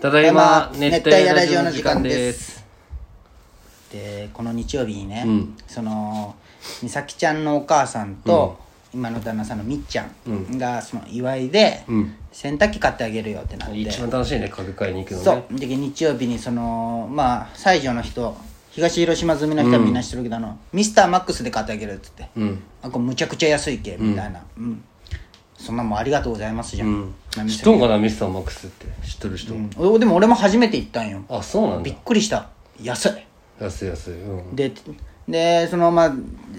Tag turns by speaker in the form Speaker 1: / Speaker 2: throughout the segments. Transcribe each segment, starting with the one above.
Speaker 1: ただいま
Speaker 2: ただいま
Speaker 1: 熱帯夜ラジオの時間です
Speaker 2: でこの日曜日にね、
Speaker 1: うん
Speaker 2: その美咲ちゃんのお母さんと、今の旦那さんのみっちゃんがその祝いで、
Speaker 1: うん
Speaker 2: 洗濯機買ってあげるよってなって
Speaker 1: 一番楽しいね家具買いに行く
Speaker 2: そ
Speaker 1: の
Speaker 2: う
Speaker 1: ね
Speaker 2: で日曜日にそのまあ西条の人東広島住みの人はみんな知ってるけど、あのミスターマックスで買ってあげるっつって、
Speaker 1: うん
Speaker 2: あこれむちゃくちゃ安いけみたいな、うんそんなもんありがとうございますじゃん、
Speaker 1: うん
Speaker 2: まあ
Speaker 1: 知っとんかなミスターマックスって知っとる人
Speaker 2: うんおでも俺も初めて行ったんよ
Speaker 1: あそうなん
Speaker 2: び
Speaker 1: だ
Speaker 2: っくりした安い
Speaker 1: 安い安いうん
Speaker 2: ででそのまあ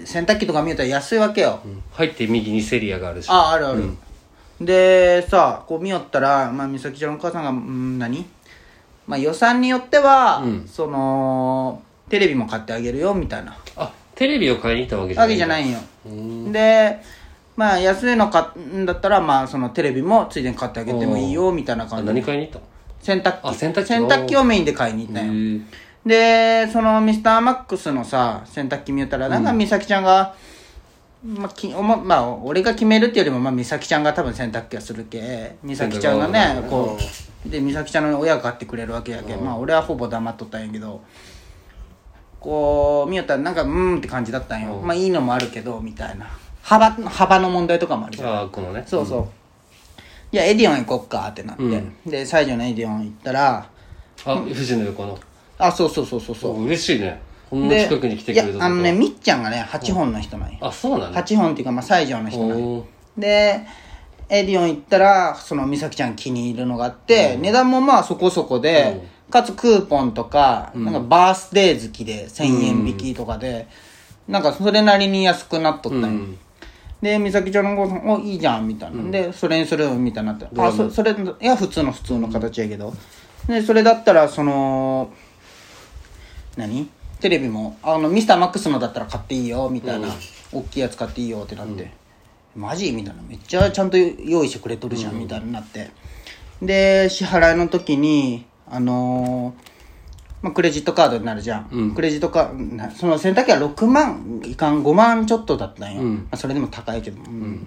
Speaker 2: 洗濯機とか見ると安いわけよ、
Speaker 1: 入って右にセリアがあるし
Speaker 2: ああるある、でさこう見よったら、まあ、美咲ちゃんのお母さんがうん何、まあ、予算によっては、
Speaker 1: うん
Speaker 2: そのテレビも買ってあげるよみたいな
Speaker 1: あテレビを買いに行ったわけじゃ
Speaker 2: わ
Speaker 1: な
Speaker 2: け
Speaker 1: い
Speaker 2: じゃないんよ
Speaker 1: うん
Speaker 2: でまあ安いの買うんだったら、まあ、そのテレビもついでに買ってあげてもいいよみたいな
Speaker 1: あ
Speaker 2: 感じ
Speaker 1: 何買いに行っ
Speaker 2: 洗濯機
Speaker 1: あ洗濯機
Speaker 2: をメインで買いに行ったたんよ、
Speaker 1: の
Speaker 2: でそのミスターマックスのさ洗濯機見よったらなんか美咲ちゃんが、まあきおもまあ、俺が決めるっていうよりも、まあ、美咲ちゃんが多分洗濯機はするけ美咲ちゃんが
Speaker 1: 洗濯
Speaker 2: ね
Speaker 1: 機
Speaker 2: こうで美咲ちゃんの親が買ってくれるわけやけ、まあ俺はほぼ黙っとったんやけどこう見よったらなんかうーんって感じだったんよ、まあいいのもあるけどみたいな幅幅の問題とかもあるじゃん
Speaker 1: ああこのね
Speaker 2: そうそう、いやエディオン行こっかってなって、
Speaker 1: うん
Speaker 2: で西条のエディオン行ったら
Speaker 1: あ藤野横の
Speaker 2: あそうそうそうそうそう
Speaker 1: お嬉しいねこんな
Speaker 2: で
Speaker 1: 近くに来てくれた
Speaker 2: い
Speaker 1: と
Speaker 2: や
Speaker 1: か
Speaker 2: あのねみっちゃんがね8本の人なんよ
Speaker 1: あそうなんだ
Speaker 2: 8本っていうかまあ西条の人なんよ
Speaker 1: おー
Speaker 2: でエディオン行ったらその美咲ちゃん気に入るのがあって、値段もまあそこそこで、かつクーポンとか,、なんかバースデー好きで1000円引きとかで、なんかそれなりに安くなっとったんよ、
Speaker 1: うん
Speaker 2: で美咲ちゃんのお父さん「おいいじゃん」みたいな、でそれにするみたいになって「あそそれいや普通の普通の形やけど、でそれだったらその何テレビも「あのミスターマックスのだったら買っていいよ」みたいな、大きいやつ買っていいよってなって「マジ?」みたいな「めっちゃちゃんと用意してくれとるじゃん」みたいになってで支払いの時にあのーまあ、クレジットカードになるじゃん、クレジットカードなその洗濯機は6万いかん5万ちょっとだったんよ、まあ、それでも高いけど、うん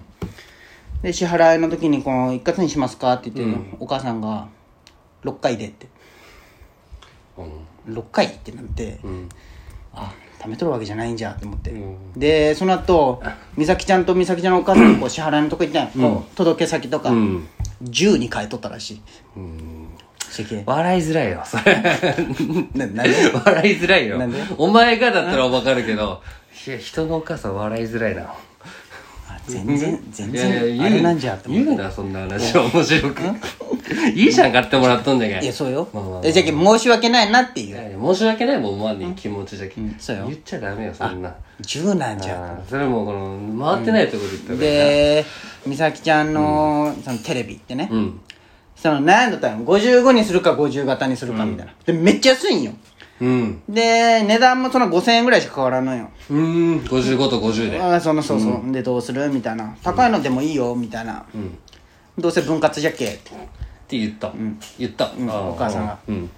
Speaker 2: で支払いの時にこの「一括にしますか?」って言って、お母さんが「6回で」って
Speaker 1: うん
Speaker 2: 6回ってなって、あ貯めとるわけじゃないんじゃって思って、
Speaker 1: う
Speaker 2: でその後美咲ちゃんと美咲ちゃんのお母さんにこう支払いのとこ行ったんよ、こう届け先とか、
Speaker 1: ん
Speaker 2: 10に変えとったらしい、せけ
Speaker 1: 笑いづらいよそれ
Speaker 2: な何
Speaker 1: 笑いづらいよ
Speaker 2: なんで
Speaker 1: お前がだったらわかるけどいや人のお母さん笑いづらいな
Speaker 2: あ全 然全
Speaker 1: いやい
Speaker 2: 然
Speaker 1: や
Speaker 2: あ
Speaker 1: 言う
Speaker 2: れなんじゃって思って
Speaker 1: 言うなそんな話は面白くいいじゃん買ってもらっとんじゃけん
Speaker 2: いやそうよ、
Speaker 1: まあまあまあ
Speaker 2: えじゃけん申し訳ないなってい
Speaker 1: いうやいや申し訳ないもん思わねえ気持ちじゃけ
Speaker 2: うんそうよ
Speaker 1: 言っちゃダメよそんな
Speaker 2: 10なんじゃ
Speaker 1: あーそれもうこの回ってないとこで言ったから
Speaker 2: で美咲ちゃんの,、そのテレビってね、
Speaker 1: うん
Speaker 2: その悩んだったんよ55にするか50型にするかみたいな、でめっちゃ安いんよ
Speaker 1: うん
Speaker 2: で値段もその5000円ぐらいしか変わらんのよ
Speaker 1: うーん55と50で
Speaker 2: あーそのそうそう、でどうするみたいな高いのでもいいよみたいな、どうせ分割じゃっけって
Speaker 1: って言った言ったあー
Speaker 2: お母さんが
Speaker 1: うん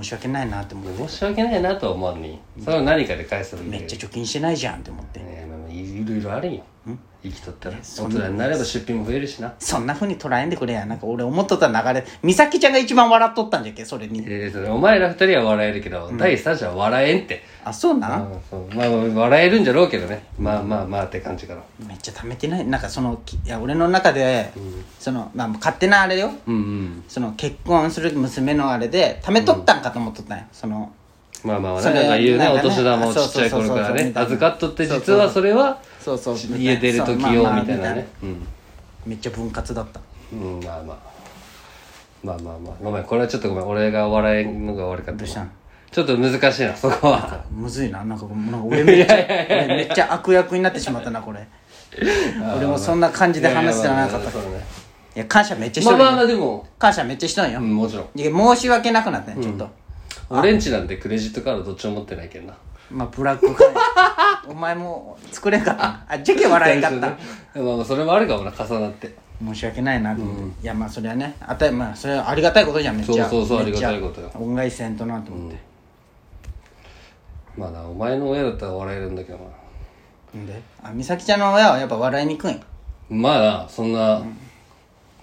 Speaker 2: 申し訳ないなって思って
Speaker 1: 申し訳ないなとは思わねえそれを何かで返すとき
Speaker 2: めっちゃ貯金してないじゃんって思って、
Speaker 1: ねまあまあいろいろあるんよ生きとったら大人になれば出費も増えるしな
Speaker 2: そんな風に捉えんでくれやなんか俺思っとった流れ美咲ちゃんが一番笑っとったんじゃっけそれに
Speaker 1: えーそれお前ら二人は笑えるけど、第三者は笑えんって
Speaker 2: あそうな
Speaker 1: あ
Speaker 2: ん、
Speaker 1: そうまあ笑えるんじゃろうけどねまあまあまあって感じかな
Speaker 2: めっちゃ貯めてないなんかそのきいや俺の中で、そのまあ勝手なあれよ
Speaker 1: うんうん
Speaker 2: その結婚する娘のあれで貯めとったんかと思っとったんや、その
Speaker 1: まあまあまあ
Speaker 2: そ
Speaker 1: なん
Speaker 2: れ
Speaker 1: か言うね
Speaker 2: なん
Speaker 1: お
Speaker 2: かね
Speaker 1: 年玉をちっちゃい頃から
Speaker 2: そうそうそうそう
Speaker 1: ね
Speaker 2: みたいな
Speaker 1: 預かっとって実はそれは
Speaker 2: そうそうみたいな
Speaker 1: 家出る時をみ
Speaker 2: そうまあまあ
Speaker 1: たいなね
Speaker 2: めっちゃ分割だった
Speaker 1: うん、うん、まあまあまあまあまあごめんこれはちょっとごめん俺が笑えんのが悪かった
Speaker 2: どうしたん
Speaker 1: ちょっと難しいなそこは
Speaker 2: むずいななんかなんか俺めっちゃ俺めっちゃ悪役になってしまったなこれ俺もそんな感じで話してはなかったい
Speaker 1: いやいやまあまあそうだね
Speaker 2: や感謝めっちゃし
Speaker 1: まあ
Speaker 2: とるよ、
Speaker 1: まあまあでも
Speaker 2: 感謝めっちゃしとんよ、
Speaker 1: うんもちろん
Speaker 2: いや申し訳なくなったねちょっと、
Speaker 1: 俺んちなんてクレジットカードどっちも持ってないけんな
Speaker 2: まあブラックカレーお前も作れん かったあじゃけ笑えんかった
Speaker 1: まあまあそれもあるかもな重なって
Speaker 2: 申し訳ないなと思って、いやまあそれはねあたまあそれはありがたいことじゃんめっちゃ
Speaker 1: そうそうそう
Speaker 2: めっちゃ
Speaker 1: ありがたいこ
Speaker 2: 恩返しせんとなと思って、、
Speaker 1: まあなお前の親だったら笑えるんだけどなん
Speaker 2: であ美咲ちゃんの親はやっぱ笑いにくいん
Speaker 1: まあなそんな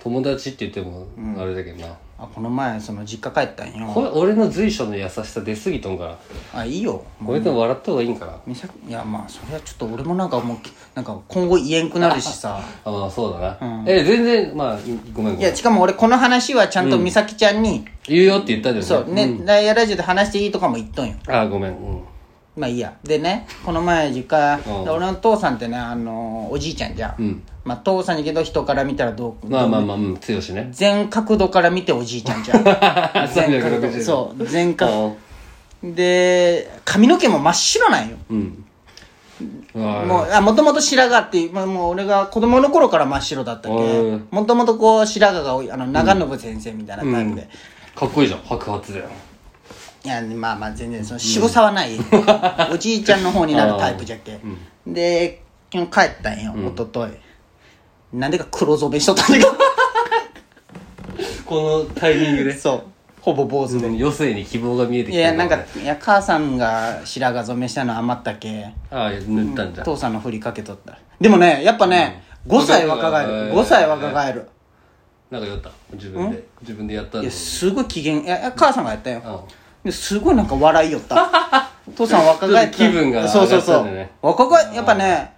Speaker 1: 友達って言ってもあれだけどな
Speaker 2: あこの前その実家帰ったん
Speaker 1: これ
Speaker 2: よ
Speaker 1: 俺の随所の優しさ出過ぎとんから
Speaker 2: あいいよも
Speaker 1: こ
Speaker 2: う
Speaker 1: れでも笑った方がいいんかな
Speaker 2: 美咲いやまあそれはちょっと俺もなんかもうなんか今後言えんくなるしさ
Speaker 1: あまあそうだな、え全然まあいごめんご
Speaker 2: い
Speaker 1: めん
Speaker 2: やしかも俺この話はちゃんと美咲ちゃんに、
Speaker 1: 言うよって言ったじゃん
Speaker 2: そうね、ダイヤラジオで話していいとかも言っとんよ
Speaker 1: あごめんうん
Speaker 2: まあいいやでねこの前実家
Speaker 1: うん
Speaker 2: で俺の父さんってねあのおじいちゃんじゃん、
Speaker 1: うん
Speaker 2: まあ父さんやけど人から見たらどう
Speaker 1: まあまあまあうん強し ね
Speaker 2: 全角度から見ておじいちゃんじゃん全角
Speaker 1: 360
Speaker 2: 度そう全角
Speaker 1: あ
Speaker 2: で髪の毛も真っ白なんよ
Speaker 1: うんうわ
Speaker 2: もうあもともと白髪っていう、まあ、もう俺が子供の頃から真っ白だった
Speaker 1: う
Speaker 2: け
Speaker 1: ん
Speaker 2: もともとこう白髪が多いあの長信先生みたいなタイプで、
Speaker 1: かっこいいじゃん白髪だよ
Speaker 2: いやまあまあ全然その渋さはない、おじいちゃんの方になるタイプじ ゃっけ、で昨日帰ったんよ、一昨日なんでか黒染めしとったんだ けど
Speaker 1: このタイミング で
Speaker 2: そうほぼ坊主で、
Speaker 1: 余生に希望が見えてき
Speaker 2: い
Speaker 1: た
Speaker 2: やなんかいや母さんが白髪染めしたの余ったけ
Speaker 1: ああ塗ったんじゃん
Speaker 2: 父さんのふりかけとったでもねやっぱね、5歳若返る5歳若返る
Speaker 1: なんか酔った自分で自分でやったんだ
Speaker 2: いやすごい機嫌いやいや母さんがやったよ、
Speaker 1: あ
Speaker 2: ですごいなんか笑いよった 父さん若返って
Speaker 1: ちょっと気分が上がった
Speaker 2: そ
Speaker 1: んだ
Speaker 2: うそう
Speaker 1: ね
Speaker 2: そう若返やっぱね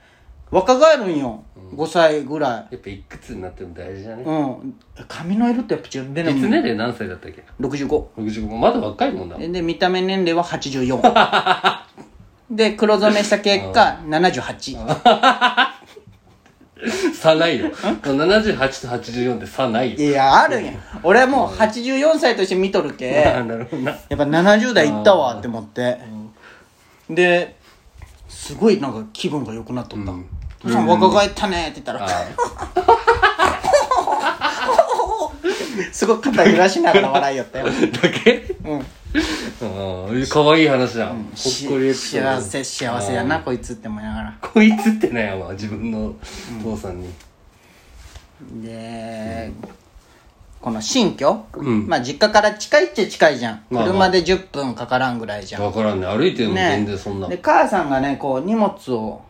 Speaker 2: 若返るんよ、5歳ぐらい
Speaker 1: やっぱいくつになっても大事だね
Speaker 2: うん髪の色ってやっぱ違うで
Speaker 1: いつ
Speaker 2: も
Speaker 1: 年齢何歳だったっけ
Speaker 2: 65
Speaker 1: 65まだ若いもんだ
Speaker 2: でで見た目年齢は84 で黒染めした結果78
Speaker 1: 差ないよ78と84って差ないよ
Speaker 2: いやあるんや俺はもう84歳として見とるけ
Speaker 1: ああなるほどな
Speaker 2: やっぱ70代いったわって思って、ですごいなんか気分が良くなっとった、父さん若返ったねって言ったら「 すごい肩揺らしながら笑いよっ たよ」
Speaker 1: だけ
Speaker 2: うん
Speaker 1: うんかわいい話だほっ
Speaker 2: し
Speaker 1: こりエピソード
Speaker 2: 幸せ幸せやなこいつって思いながら
Speaker 1: こいつってなんやわ自分の父さんに
Speaker 2: で、この新居、
Speaker 1: うん
Speaker 2: まあ実家から近いっちゃ近いじゃん、
Speaker 1: まあまあ
Speaker 2: 車で10分かからんぐらいじゃん
Speaker 1: 分からんね歩いても
Speaker 2: ね
Speaker 1: 全然そんな
Speaker 2: で母さんがねこう荷物を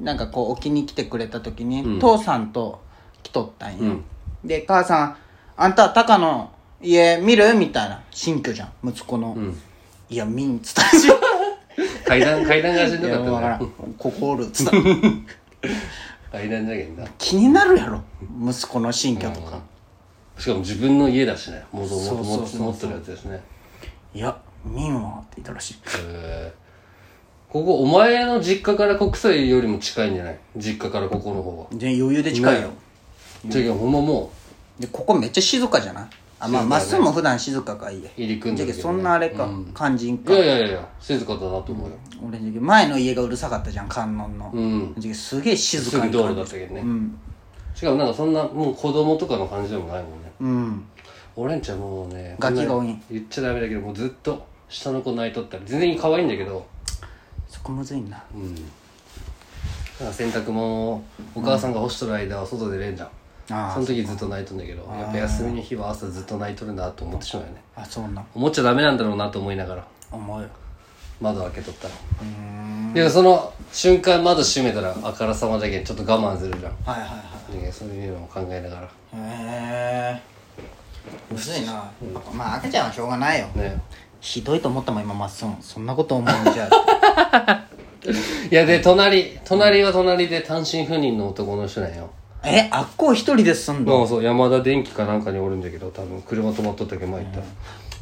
Speaker 2: なんかこう置きに来てくれた時に、父さんと来とったんや、
Speaker 1: うん
Speaker 2: で母さん「あんた高の家見る?」みたいな新居じゃん息子の、いや見ん」っつったしい
Speaker 1: 階段階段がしんど
Speaker 2: や
Speaker 1: かっ
Speaker 2: 分
Speaker 1: た
Speaker 2: から
Speaker 1: ね
Speaker 2: んここおるっつった
Speaker 1: 階段じゃけんな
Speaker 2: 気になるやろ息子の新居とか、
Speaker 1: しかも自分の家だしねもと
Speaker 2: そうそう
Speaker 1: も
Speaker 2: そ
Speaker 1: と
Speaker 2: う
Speaker 1: 持ってるやつですね
Speaker 2: いや見んわって言ったらしい
Speaker 1: へーここお前の実家から国際よりも近いんじゃない実家からここの方は
Speaker 2: で余裕で近いよ、
Speaker 1: ねじゃけんほんまも
Speaker 2: でここめっちゃ静かじゃないあまあまっすぐも普段静かがいい
Speaker 1: 入り組んで
Speaker 2: じ
Speaker 1: る
Speaker 2: ゃ
Speaker 1: け
Speaker 2: け
Speaker 1: どね
Speaker 2: そんなあれか、肝心
Speaker 1: う
Speaker 2: か
Speaker 1: いやいやいや静かだなと思うよ
Speaker 2: 俺前の家がうるさかったじゃん観音の、
Speaker 1: うん
Speaker 2: じゃあすげえ静
Speaker 1: す
Speaker 2: か
Speaker 1: ぐ
Speaker 2: に
Speaker 1: 道路だったけどね
Speaker 2: うん、
Speaker 1: しかもなんかそんなもう子供とかの感じでもないもんね
Speaker 2: うん、
Speaker 1: 俺んちはもうね
Speaker 2: ガキが多い
Speaker 1: こんな言っちゃダメだけどもうずっと下の子泣いとったり全然可愛いんだけど
Speaker 2: そこむずいな
Speaker 1: うんなんか洗濯物をお母さんが干しとる間は外でれんじゃん、
Speaker 2: あー
Speaker 1: その時ずっと泣いとんだけどやっぱ休みの日は朝ずっと泣いとるなと思ってしまうよね
Speaker 2: あそうな
Speaker 1: 思っちゃダメなんだろうなと思いながら
Speaker 2: 思うよ
Speaker 1: 窓開けとったらでもその瞬間窓閉めたらあからさまだけんちょっと我慢するじゃん
Speaker 2: はいはいはい
Speaker 1: でそういうのも考えなが
Speaker 2: へえむずいな、まあ赤ちゃんはしょうがないよ、
Speaker 1: らね
Speaker 2: ひどいと思ったもん今まっすぐそんなこと思うん じゃあ
Speaker 1: いやで隣隣は隣で単身赴任の男の人なんよ
Speaker 2: えあっこう一人で住んの
Speaker 1: そうそう山田電機かなんかにおるんだけど多分車止まっとったけど前行った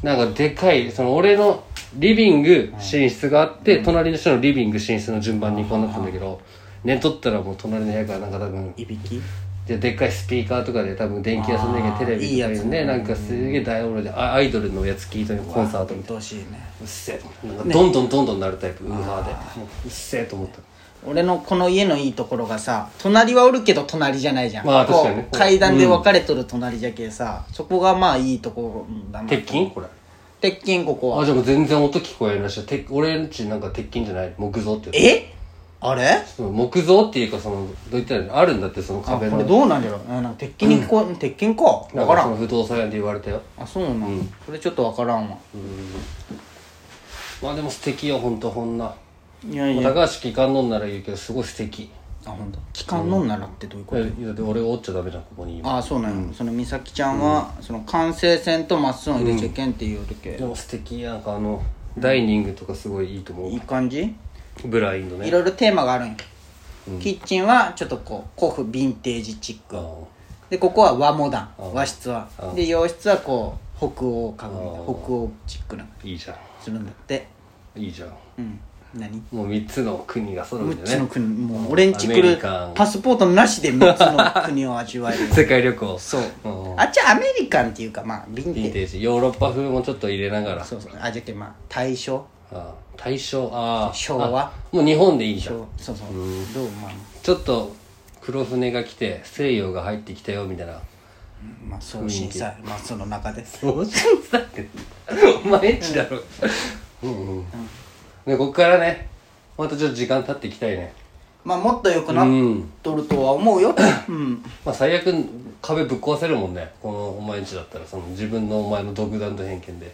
Speaker 1: ら、なんかでかいその俺のリビング寝室があって、隣の人のリビング寝室の順番にこうなったんだけど、寝とったらもう隣の部屋からなんか多分
Speaker 2: いびき
Speaker 1: ででっかいスピーカーとかで多分電気屋さんだけど
Speaker 2: あー
Speaker 1: テレビとか
Speaker 2: いいやつ
Speaker 1: でねなんかすげえ大音量であアイドルのやつ聞いたりコンサートみたいな
Speaker 2: どうしいね
Speaker 1: うっせえなんかどんどんどんどんなるタイプウーハーでもううっせえと思った
Speaker 2: 俺のこの家のいいところがさ隣はおるけど隣じゃないじゃん、
Speaker 1: まあ
Speaker 2: こう
Speaker 1: 確かにね
Speaker 2: 階段で分かれとる隣じゃけさ、そこがまあいいところだな
Speaker 1: 鉄筋これ
Speaker 2: 鉄筋ここ
Speaker 1: あ
Speaker 2: は
Speaker 1: じゃあもう全然音聞こえないし鉄俺んちなんか鉄筋じゃない木造っていう
Speaker 2: えあれ
Speaker 1: その木造っていうかそのどういったらいいのあるんだってその
Speaker 2: あこ
Speaker 1: 壁の
Speaker 2: れどうなんやろあなんか鉄筋に聞こえ、鉄筋か
Speaker 1: な
Speaker 2: 分
Speaker 1: ん
Speaker 2: か
Speaker 1: からその
Speaker 2: ん
Speaker 1: 不動産屋で言われたよ
Speaker 2: あそうなん、これちょっと分からんわ、
Speaker 1: まあでも素敵よほんとほんない
Speaker 2: やいや
Speaker 1: 高橋機関のんなら言うけどすごい素敵
Speaker 2: あ本当。帰還のんならってどういうこと、
Speaker 1: えだって俺がおっちゃダメじゃんここに今
Speaker 2: ああそうなんや、その美咲ちゃんは、その完成線とまっすぐ入れちゃいけんっていう時、
Speaker 1: でも素敵やんかあのダイニングとかすごいいいと思
Speaker 2: いい感じ
Speaker 1: うブラインド
Speaker 2: い
Speaker 1: ね
Speaker 2: ろいろテーマがあるんや、キッチンはちょっとこう古風ヴィンテージチック
Speaker 1: あ
Speaker 2: でここは和モダン
Speaker 1: うん
Speaker 2: 和室は
Speaker 1: うん
Speaker 2: で洋室はこう北欧家具みたいな
Speaker 1: う
Speaker 2: 北
Speaker 1: ん
Speaker 2: 欧チックな
Speaker 1: ーいいじゃ
Speaker 2: するんだって
Speaker 1: んいいじゃん
Speaker 2: うん何
Speaker 1: もう3つの国が揃うん
Speaker 2: 6
Speaker 1: だ
Speaker 2: つの
Speaker 1: ね
Speaker 2: 国もう俺んち来
Speaker 1: アメ
Speaker 2: る
Speaker 1: リカン
Speaker 2: パスポートなしで6つの国を味 わえる
Speaker 1: 世界旅行
Speaker 2: そう
Speaker 1: うん
Speaker 2: あっちはアメリカンっていうかまあヴィンテ
Speaker 1: ヴィン
Speaker 2: ージ
Speaker 1: テージヨーロッパ風もちょっと入れながら
Speaker 2: そうそうあじゃけまあ大正
Speaker 1: あー大正ああ
Speaker 2: 昭和
Speaker 1: もう日本でいいじゃん
Speaker 2: 昭そうそうどうまあ
Speaker 1: ちょっと黒船が来て西洋が入ってきたよみたいな
Speaker 2: まあそう震災まあその中で
Speaker 1: そうしんさってお前んちだろうんうんでこっからねまたちょっと時間経っていきたいね
Speaker 2: まあもっと良くな
Speaker 1: う
Speaker 2: っ
Speaker 1: ん
Speaker 2: とるとは思 うようん
Speaker 1: まあ最悪壁ぶっ壊せるもんねこのお前んちだったらその自分のお前の独断と偏見で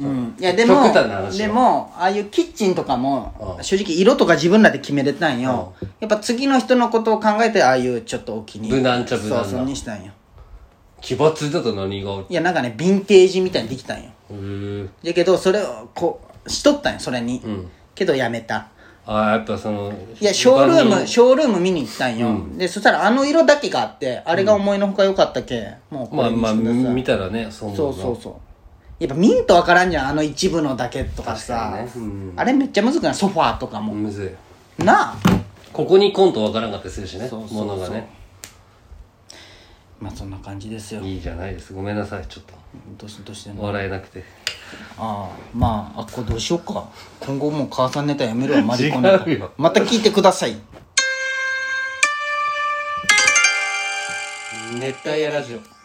Speaker 2: うんいやでも
Speaker 1: 極端な話よ
Speaker 2: でもああいうキッチンとかも
Speaker 1: うん
Speaker 2: 正直色とか自分らで決めれたんよやっぱ次の人のことを考えてああいうちょっとお気に
Speaker 1: 無難っちゃ無難な
Speaker 2: そうそうにしたんよ
Speaker 1: 奇抜だと何が
Speaker 2: いやなんかねヴィンテージみたいにできたんよ
Speaker 1: へー
Speaker 2: だけどそれをこうしとったんよそれに、
Speaker 1: ん
Speaker 2: けどやめた
Speaker 1: ああやっぱその
Speaker 2: いやショール
Speaker 1: 番
Speaker 2: ーム
Speaker 1: 組
Speaker 2: ショールーム見に行ったんよ、でそしたらあの色だけがあってあれが思いのほか良かったけ、もうこ
Speaker 1: まあ
Speaker 2: れに
Speaker 1: まあ
Speaker 2: してください
Speaker 1: 見たらねそう
Speaker 2: そ
Speaker 1: 思う
Speaker 2: う
Speaker 1: な
Speaker 2: そうそうやっぱミントわからんじゃんあの一部のだけとかさ
Speaker 1: 確かにね
Speaker 2: あれめっちゃむずくないソファーとかも、
Speaker 1: むずい
Speaker 2: なあ
Speaker 1: ここにコントわからんかったりするしね
Speaker 2: そうそうそう
Speaker 1: ものがね
Speaker 2: まあそんな感じですよ
Speaker 1: いいじゃないですごめんなさいちょっと
Speaker 2: どうしどうしてんの
Speaker 1: 笑えなくて
Speaker 2: ああまああこれどうしようか今後もう母さんネタやめるわマリコネ
Speaker 1: 違うよ
Speaker 2: タまた聞いてください
Speaker 1: 熱帯夜ラジオ